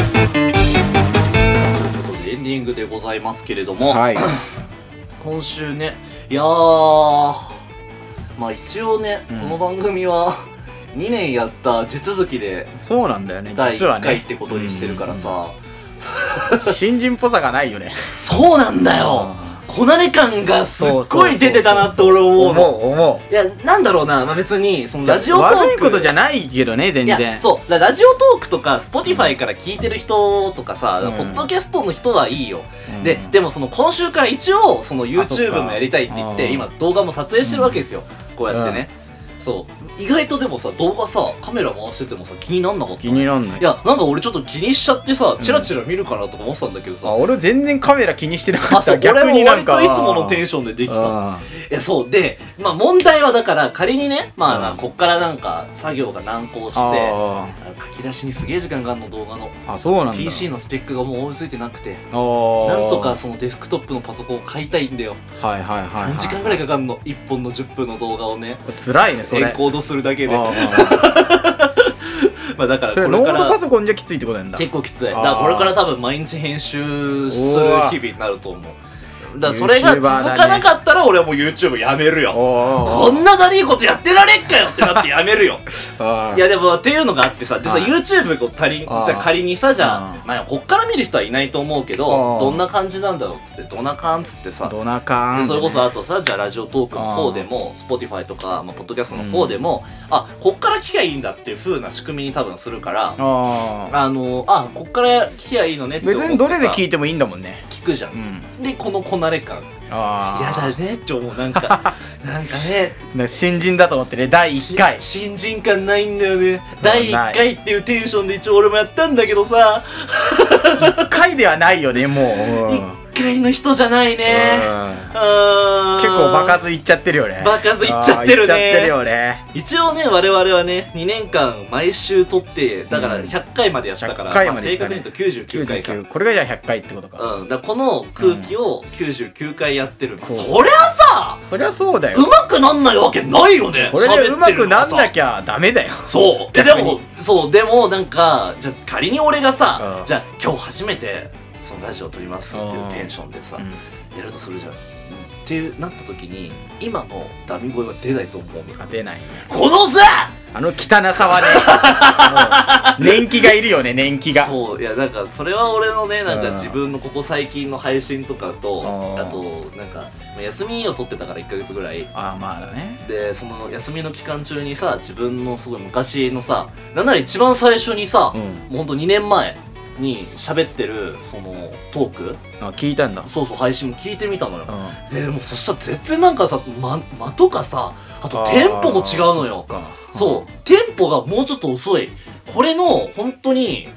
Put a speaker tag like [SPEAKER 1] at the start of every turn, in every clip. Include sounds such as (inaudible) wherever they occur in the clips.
[SPEAKER 1] ということでエンディングでございますけれども、
[SPEAKER 2] はい
[SPEAKER 1] 今週ねいやーまあ一応ね、
[SPEAKER 2] うん
[SPEAKER 1] この番組は (laughs) 2年やった地続きで
[SPEAKER 2] (coughs) そうなんだよね
[SPEAKER 1] 第
[SPEAKER 2] 実は
[SPEAKER 1] 1
[SPEAKER 2] ね
[SPEAKER 1] 回ってことにしてるからさ、
[SPEAKER 2] うん新人っぽさがないよね
[SPEAKER 1] そうなんだよこなれ感がすっごい出てたなって俺思う
[SPEAKER 2] 思
[SPEAKER 1] の
[SPEAKER 2] う思
[SPEAKER 1] いやなんだろうな、まあ、別にその
[SPEAKER 2] う
[SPEAKER 1] ラジオトーク
[SPEAKER 2] 悪いことじゃ
[SPEAKER 1] な
[SPEAKER 2] ないけどね全
[SPEAKER 1] いや
[SPEAKER 2] 然
[SPEAKER 1] そうだラジオトークとか Spotify から聞いてる人とかさ、
[SPEAKER 2] うん
[SPEAKER 1] ポッドキャストの人はいいよ、
[SPEAKER 2] うん
[SPEAKER 1] ででもその今週から一応その YouTube もやりたいって言っ
[SPEAKER 2] あ
[SPEAKER 1] て
[SPEAKER 2] そっ
[SPEAKER 1] 今
[SPEAKER 2] か
[SPEAKER 1] 動画も撮影してるわけですよ、こうやってね、そう意外とでもさ動画さカメラ回しててもさ気になんなかった
[SPEAKER 2] 気になんない
[SPEAKER 1] いやなんか俺ちょっと気にしちゃってさチラチラ見るかなとか思ってたんだけどさ、
[SPEAKER 2] あ俺全然カメラ気にしてなか
[SPEAKER 1] あ
[SPEAKER 2] っ
[SPEAKER 1] そう
[SPEAKER 2] た逆になんか
[SPEAKER 1] 俺は割といつものテンションでできたいやそうで、まあ、問題はだから仮にねまあ、
[SPEAKER 2] うん
[SPEAKER 1] まあこっからなんか作業が難航してあ
[SPEAKER 2] あ
[SPEAKER 1] 書き出しにすげえ時間があるの動画の
[SPEAKER 2] ーあそうなんだ
[SPEAKER 1] PC のスペックがもう追いついてなくて
[SPEAKER 2] あー
[SPEAKER 1] なんとかそのデスクトップのパソコンを買いたいんだよ
[SPEAKER 2] はいはいはい、はい、
[SPEAKER 1] 3時間ぐらいかかるの1本の10分の動画をね
[SPEAKER 2] 辛いねそ
[SPEAKER 1] エ
[SPEAKER 2] れ
[SPEAKER 1] ンコードするだけで
[SPEAKER 2] あ
[SPEAKER 1] (laughs)
[SPEAKER 2] ー
[SPEAKER 1] まあだからこ
[SPEAKER 2] それノ
[SPEAKER 1] れか
[SPEAKER 2] ートパ
[SPEAKER 1] ら
[SPEAKER 2] ソコンじゃきついってことなんだ
[SPEAKER 1] 結構きついだ
[SPEAKER 2] あ
[SPEAKER 1] から
[SPEAKER 2] ー
[SPEAKER 1] これから多分毎日編集する日々になると思うだからそれが
[SPEAKER 2] YouTuber
[SPEAKER 1] 続
[SPEAKER 2] だね
[SPEAKER 1] かなかったら俺はもう YouTube やめるよ
[SPEAKER 2] お
[SPEAKER 1] こんなだりいことやってられっかよってなってやめる
[SPEAKER 2] (laughs)
[SPEAKER 1] よ
[SPEAKER 2] あ
[SPEAKER 1] いやでもっていうのがあってさでさ
[SPEAKER 2] はい
[SPEAKER 1] YouTube こう足りんじ
[SPEAKER 2] あー
[SPEAKER 1] ゃあ仮にさじゃ
[SPEAKER 2] う
[SPEAKER 1] あ
[SPEAKER 2] ん
[SPEAKER 1] まあこっから見る人はいないと思うけ
[SPEAKER 2] あ
[SPEAKER 1] ど
[SPEAKER 2] ー
[SPEAKER 1] どんな感じなんだろうっつってどんな感じっつってさ
[SPEAKER 2] ドナカーン
[SPEAKER 1] で
[SPEAKER 2] ね
[SPEAKER 1] それこそあとさじゃあラジオトークの方でも Spotify とか、まあ、ポッドキャストの方でも、あこっから聞きゃいいんだっていう風な仕組みに多分するから
[SPEAKER 2] あ
[SPEAKER 1] あのあこっから聞きゃいいのねっ
[SPEAKER 2] ー
[SPEAKER 1] て思って
[SPEAKER 2] 別にどれで聞
[SPEAKER 1] 聞
[SPEAKER 2] いてもいいんだもんね
[SPEAKER 1] 聞くじゃん、
[SPEAKER 2] ん
[SPEAKER 1] でこのこなれ感嫌だ
[SPEAKER 2] あ
[SPEAKER 1] ねって思うなん
[SPEAKER 2] (laughs)
[SPEAKER 1] かなんかね
[SPEAKER 2] あだ新人だと思ってね第1回
[SPEAKER 1] し新人感ないんだよね第
[SPEAKER 2] な
[SPEAKER 1] 1
[SPEAKER 2] い
[SPEAKER 1] 回っていうテンションで一応俺もやったんだけどさ
[SPEAKER 2] 1回ではないよねもううん
[SPEAKER 1] 1回の人じゃないね
[SPEAKER 2] うん
[SPEAKER 1] あー
[SPEAKER 2] 結構バカずいっちゃってるよね
[SPEAKER 1] バカずいっちゃってるね
[SPEAKER 2] あーいっちゃってるよね
[SPEAKER 1] 一応ね我々はね2年間毎週撮ってだから
[SPEAKER 2] うん
[SPEAKER 1] 100回までやったから、
[SPEAKER 2] 100回
[SPEAKER 1] まあ
[SPEAKER 2] まで
[SPEAKER 1] 正
[SPEAKER 2] やった
[SPEAKER 1] 確
[SPEAKER 2] ね
[SPEAKER 1] に言うと99回か
[SPEAKER 2] 99これがじゃあ100回ってことか
[SPEAKER 1] うん、だからこの空気を99回やってる、まあ
[SPEAKER 2] そう
[SPEAKER 1] そりゃさ
[SPEAKER 2] そりゃそうだよ
[SPEAKER 1] うまくなんないわけないよね
[SPEAKER 2] これでうまくなんな
[SPEAKER 1] ゃ
[SPEAKER 2] きゃダメだよ
[SPEAKER 1] そうでで
[SPEAKER 2] 逆に
[SPEAKER 1] もそうでもなんかじゃあ仮に俺がさ、
[SPEAKER 2] うん
[SPEAKER 1] じゃあ今日初めてそのラジオ撮りますっていうテンションでさ、
[SPEAKER 2] うん
[SPEAKER 1] やるとするじゃんっていうなった時に今のダミ声は出ないと思うの
[SPEAKER 2] 勝てないね
[SPEAKER 1] このさ
[SPEAKER 2] あの汚さは
[SPEAKER 1] (laughs)
[SPEAKER 2] ねもう年季がいるよね年季が
[SPEAKER 1] そういやなんかそれは俺のねなんか
[SPEAKER 2] うん
[SPEAKER 1] 自分のここ最近の配信とかと
[SPEAKER 2] あ
[SPEAKER 1] あ
[SPEAKER 2] ー
[SPEAKER 1] となんかまあ休みを取ってたから1ヶ月ぐらい
[SPEAKER 2] ああまあだね
[SPEAKER 1] でその休みの期間中にさ自分のすごい昔のさなんなら一番最初にさ、
[SPEAKER 2] うん
[SPEAKER 1] もうほんと2年前に喋ってるそのトーク
[SPEAKER 2] あ聞いたんだ
[SPEAKER 1] そうそう配信も聞いてみたのよ
[SPEAKER 2] うん
[SPEAKER 1] でもうそしたら全然なんかさ間間とかさあとテンポも違うのよそう、テンポがもうちょっと遅い。これの、本当に、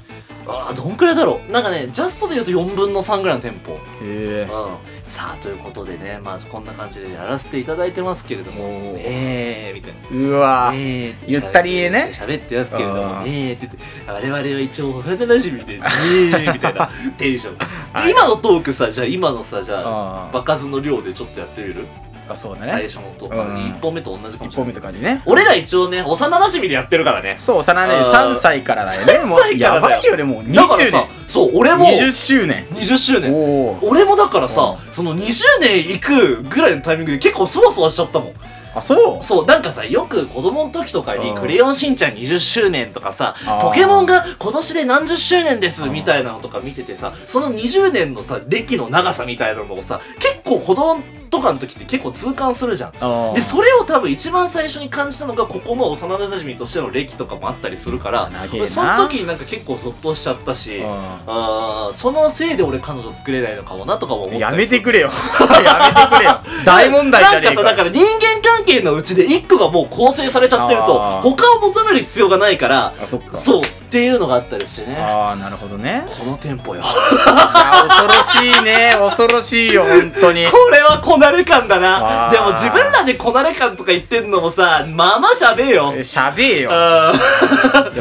[SPEAKER 1] あーどんくらいだろう。なんかね、ジャストで言うと4分の3ぐらいのテンポ。うん。
[SPEAKER 2] うへえ
[SPEAKER 1] さあ、ということでね、まあ、こんな感じでやらせていただいてますけれども、
[SPEAKER 2] も
[SPEAKER 1] えー、みたいな。
[SPEAKER 2] ううわ
[SPEAKER 1] えー、
[SPEAKER 2] ゆったりね
[SPEAKER 1] 喋ってますけれども
[SPEAKER 2] あ、ー
[SPEAKER 1] えーって言って、我々は一応、幼馴染みで、えー、みたい
[SPEAKER 2] (laughs)
[SPEAKER 1] なテンション。
[SPEAKER 2] はい
[SPEAKER 1] で今のトークさ、じゃあ今のさ、じゃあ、
[SPEAKER 2] あ
[SPEAKER 1] 場数の量でちょっとやってみる
[SPEAKER 2] ーあそうだ
[SPEAKER 1] 最
[SPEAKER 2] ね
[SPEAKER 1] 初のトーク。
[SPEAKER 2] うん
[SPEAKER 1] 1本目と同じかも
[SPEAKER 2] 一
[SPEAKER 1] しれな
[SPEAKER 2] 本目
[SPEAKER 1] い。
[SPEAKER 2] とかでね
[SPEAKER 1] 俺ら一応ね、幼馴染みでやってるからね。
[SPEAKER 2] そう幼ね
[SPEAKER 1] あー
[SPEAKER 2] 3歳からだよねも
[SPEAKER 1] 3
[SPEAKER 2] う
[SPEAKER 1] 歳からだよ
[SPEAKER 2] やばいよねもう
[SPEAKER 1] だから
[SPEAKER 2] 20
[SPEAKER 1] さ
[SPEAKER 2] 年、
[SPEAKER 1] そう、俺も
[SPEAKER 2] 20周年
[SPEAKER 1] 20周年。
[SPEAKER 2] おお
[SPEAKER 1] 俺もだからさ、その20年行くぐらいのタイミングで結構そわそわしちゃったもん。
[SPEAKER 2] あそう
[SPEAKER 1] そう、なんかさ、よく子供の時とかに
[SPEAKER 2] う、ん
[SPEAKER 1] クレヨンしんちゃん20周年とかさ、
[SPEAKER 2] あー
[SPEAKER 1] ポケモンが今年で何十周年です
[SPEAKER 2] うん
[SPEAKER 1] みたいなのとか見ててさ、その20年のさ、歴の長さみたいなのをさ、結構子供とかの時って結構痛感するじゃん。
[SPEAKER 2] あー
[SPEAKER 1] で、それを多分一番最初に感じたのが、ここの幼馴染としての歴とかもあったりするから、
[SPEAKER 2] 長え
[SPEAKER 1] 俺
[SPEAKER 2] な
[SPEAKER 1] その時になんか結構ゾッとしちゃったし、
[SPEAKER 2] あ
[SPEAKER 1] あーそのせいで俺彼女作れないのかもなとかも思った
[SPEAKER 2] ー
[SPEAKER 1] り
[SPEAKER 2] やめてく
[SPEAKER 1] れ
[SPEAKER 2] れよ (laughs) やめてくれよ大問題じゃねえ
[SPEAKER 1] なんかさだから人間関係のうちで一個がもう構成されちゃってると
[SPEAKER 2] あー
[SPEAKER 1] 他を求める必要がないから
[SPEAKER 2] あそっか
[SPEAKER 1] そうっっていうのがあったりしてね
[SPEAKER 2] ああなるほどね
[SPEAKER 1] (laughs) この店舗よ
[SPEAKER 2] いや恐ろしい
[SPEAKER 1] (laughs)
[SPEAKER 2] ね恐ろしいよ本当に
[SPEAKER 1] これはこなれ感だな
[SPEAKER 2] あー
[SPEAKER 1] でも自分らでこなれ感とか言ってんのもさまあまあしゃべえよ
[SPEAKER 2] しゃべえよ
[SPEAKER 1] うん
[SPEAKER 2] いや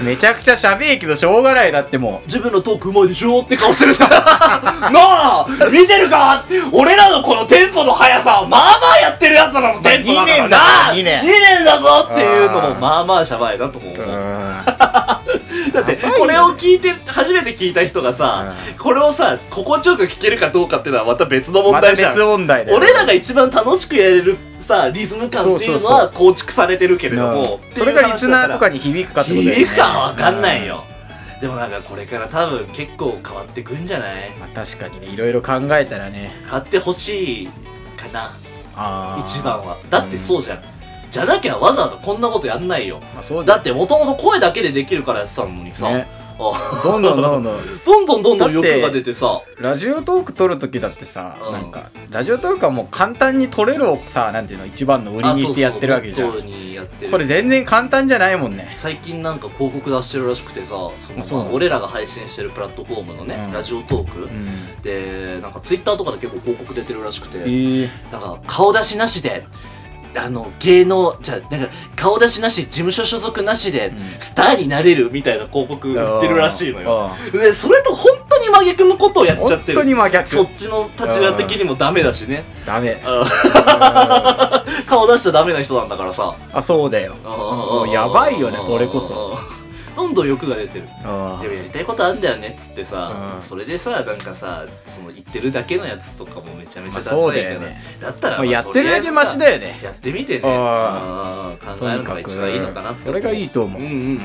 [SPEAKER 2] めちゃくちゃしゃべえけどしょうがないだっても
[SPEAKER 1] 自分のトークうまいでしょって顔するんだな (laughs) あ見てるか俺らのこのテンポの速さはまあまあやってるやつらのテンポだからな
[SPEAKER 2] まあ二年だから二年
[SPEAKER 1] 二年だぞっていうのも
[SPEAKER 2] あー
[SPEAKER 1] まあまあしゃばいなとも
[SPEAKER 2] う
[SPEAKER 1] 思
[SPEAKER 2] う
[SPEAKER 1] う、
[SPEAKER 2] ーん
[SPEAKER 1] (laughs) だってこれを聞いて初めて聞いた人がさ、これをさ心地よく聞けるかどうかっていうのはまた別の問
[SPEAKER 2] また
[SPEAKER 1] 題じゃん、
[SPEAKER 2] 別問題だよ
[SPEAKER 1] 俺らが一番楽しくやれるさリズム感っていうの
[SPEAKER 2] そうそう
[SPEAKER 1] は構築されてるけれども
[SPEAKER 2] うんそれがリスナーとかに響くかってことだよね
[SPEAKER 1] 響くかは分かんないよ、でもなんかこれから多分結構変わってくんじゃない
[SPEAKER 2] うんまあ確かにねいろいろ考えたらね
[SPEAKER 1] 買ってほしいかな
[SPEAKER 2] あー
[SPEAKER 1] 一番はだってそうじゃん、じゃなきゃわざわざこんなことやんないよ
[SPEAKER 2] まあそうだ
[SPEAKER 1] だってもともと声だけでできるからやってたのにさ、
[SPEAKER 2] ね
[SPEAKER 1] あ
[SPEAKER 2] どんどんどんどん
[SPEAKER 1] どんどんどんどん
[SPEAKER 2] だっ
[SPEAKER 1] 欲
[SPEAKER 2] て
[SPEAKER 1] が出てさ
[SPEAKER 2] (laughs) ラジオトーク撮る時だってさ、
[SPEAKER 1] うん
[SPEAKER 2] なんかラジオトークはもう簡単に撮れるをさなんていうの一番の売りにしてやってるわけじゃん
[SPEAKER 1] あそうそうモットーにやってる
[SPEAKER 2] これ全然簡単じゃないもんね
[SPEAKER 1] 最近なんか広告出してるらしくてさその
[SPEAKER 2] あそうなんだ
[SPEAKER 1] 俺らが配信してるプラットフォームのね、
[SPEAKER 2] うん
[SPEAKER 1] ラジオトーク、
[SPEAKER 2] うん
[SPEAKER 1] でなんかツイッターとかで結構広告出てるらしくて、
[SPEAKER 2] えー、
[SPEAKER 1] なんか顔出しなしであの芸能じゃなんか顔出しなし事務所所属なしで、
[SPEAKER 2] ん
[SPEAKER 1] スターになれるみたいな広告売ってるらしいのよ
[SPEAKER 2] あ
[SPEAKER 1] でそれと本当に真逆のことをや
[SPEAKER 2] ー
[SPEAKER 1] っちゃっ
[SPEAKER 2] 本
[SPEAKER 1] てる
[SPEAKER 2] 当に真逆
[SPEAKER 1] そっちの立場的にもダメだしね
[SPEAKER 2] ダメ
[SPEAKER 1] あ
[SPEAKER 2] あ
[SPEAKER 1] ー顔出しちゃダメな人なんだからさ
[SPEAKER 2] そうだよ
[SPEAKER 1] も
[SPEAKER 2] うやばいよねそれこそ
[SPEAKER 1] どんどん欲が出てる
[SPEAKER 2] あ
[SPEAKER 1] でもやりたいことあんだよねっつってさ
[SPEAKER 2] うん
[SPEAKER 1] それでさなんかさその言ってるだけのやつとかもめちゃめちゃダ
[SPEAKER 2] まあ
[SPEAKER 1] サい
[SPEAKER 2] そうだ
[SPEAKER 1] から
[SPEAKER 2] よね
[SPEAKER 1] だったら、
[SPEAKER 2] まあやってるだけマシ
[SPEAKER 1] よ
[SPEAKER 2] だよね
[SPEAKER 1] やってみてね
[SPEAKER 2] あ
[SPEAKER 1] うん考
[SPEAKER 2] と
[SPEAKER 1] え
[SPEAKER 2] に
[SPEAKER 1] るの
[SPEAKER 2] か
[SPEAKER 1] が
[SPEAKER 2] く
[SPEAKER 1] 一番いいのかなって
[SPEAKER 2] それがいいと思
[SPEAKER 1] う
[SPEAKER 2] うん
[SPEAKER 1] うんうんうん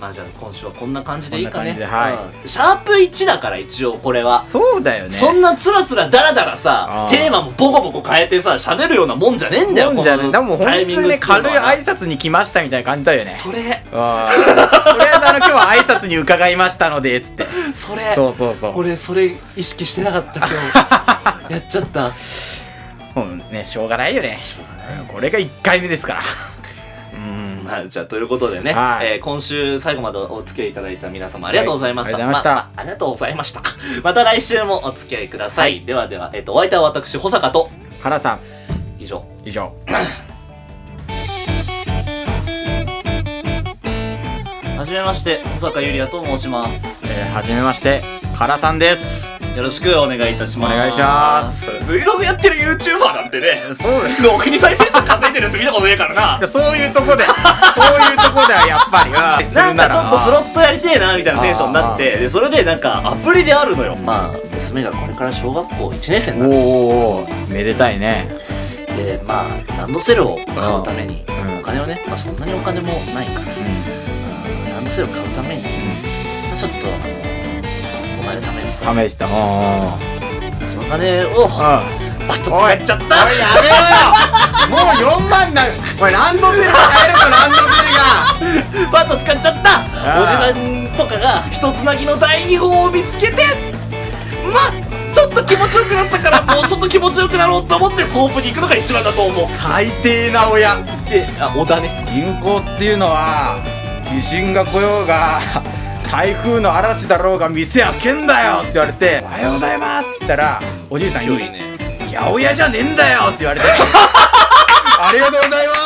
[SPEAKER 1] まあじゃあ今週はこんな感じでいいかね
[SPEAKER 2] こんな感じでは
[SPEAKER 1] うんシャープ1だから一応これは、
[SPEAKER 2] そうだよね
[SPEAKER 1] そんなつらつらダラダラさ
[SPEAKER 2] あー
[SPEAKER 1] テーマもボコボコ変えてさ喋るようなもんじゃねえんだよ
[SPEAKER 2] もんじゃね
[SPEAKER 1] こ
[SPEAKER 2] でも
[SPEAKER 1] の
[SPEAKER 2] 本
[SPEAKER 1] タ
[SPEAKER 2] 当
[SPEAKER 1] イミング
[SPEAKER 2] に
[SPEAKER 1] って
[SPEAKER 2] ね
[SPEAKER 1] うのは
[SPEAKER 2] 軽い挨拶に来ましたみたいな感じだよね
[SPEAKER 1] それ
[SPEAKER 2] あーとりあえずあの今日は挨拶に伺いましたのでつって
[SPEAKER 1] それ
[SPEAKER 2] そうそうそう、
[SPEAKER 1] 俺それ意識してなかった今
[SPEAKER 2] (laughs)
[SPEAKER 1] 日やっちゃった
[SPEAKER 2] うん、ねしょうがないよねうんこれが1回目ですからうん
[SPEAKER 1] まあ、じゃあということでね、
[SPEAKER 2] はい
[SPEAKER 1] えー今週最後までお付き合いいただいた皆様ありがとうございました。
[SPEAKER 2] はいありがとうございました
[SPEAKER 1] あありがとうございました。 (laughs) また来週もお付き合いください。ではでは、えっ、と、お相手は私、保坂と、
[SPEAKER 2] かなさん
[SPEAKER 1] 以上。
[SPEAKER 2] 以上
[SPEAKER 1] はじめまして、保坂ゆりやと申します。
[SPEAKER 2] えー、はじめまして、からさんです。
[SPEAKER 1] よろしくお願いいたします。
[SPEAKER 2] お願いします。
[SPEAKER 1] Vlog やってる YouTuber なんてね、
[SPEAKER 2] そうだよ。
[SPEAKER 1] のお国再生数稼いでるやつ見たことねえから (laughs) な。
[SPEAKER 2] そういうとこで、そういうとこではやっぱり、あーす
[SPEAKER 1] な
[SPEAKER 2] る
[SPEAKER 1] んか
[SPEAKER 2] ら
[SPEAKER 1] ちょっとスロットやりてえなみたいなテンションになってでそれでなんかアプリであるのよまあ娘がこれから小学校1年生になる
[SPEAKER 2] おーおーおーめでたいね。
[SPEAKER 1] でまあランドセルを買うために
[SPEAKER 2] うん
[SPEAKER 1] お金をね、まあ、そんなにお金もないから、うんランドセルを買うために、まあ、ちょっとあのお金貯めてさ
[SPEAKER 2] 試した。おー
[SPEAKER 1] そのお金を
[SPEAKER 2] おーうん。
[SPEAKER 1] バッと使っちゃっ
[SPEAKER 2] お
[SPEAKER 1] た
[SPEAKER 2] いやめろよ。もう4万だ。おいランドセルが買えるかランドセルが。
[SPEAKER 1] バッと使っちゃった
[SPEAKER 2] あ
[SPEAKER 1] おじさんとかが一つなぎの第2号を見つけてまあちょっと気持ちよくなった
[SPEAKER 2] (laughs)
[SPEAKER 1] からもうちょっと気持ちよくなろうと思ってソープに行くのが一番だと思う
[SPEAKER 2] 最低な親。
[SPEAKER 1] であ小田ね
[SPEAKER 2] 銀行っていうのは地震が来ようが台風の嵐だろうが店開けんだよって言われて「おはようございます」って言ったら (laughs) おじいさんに「八百屋じゃねえんだよ」って言われて「ありがとうございます」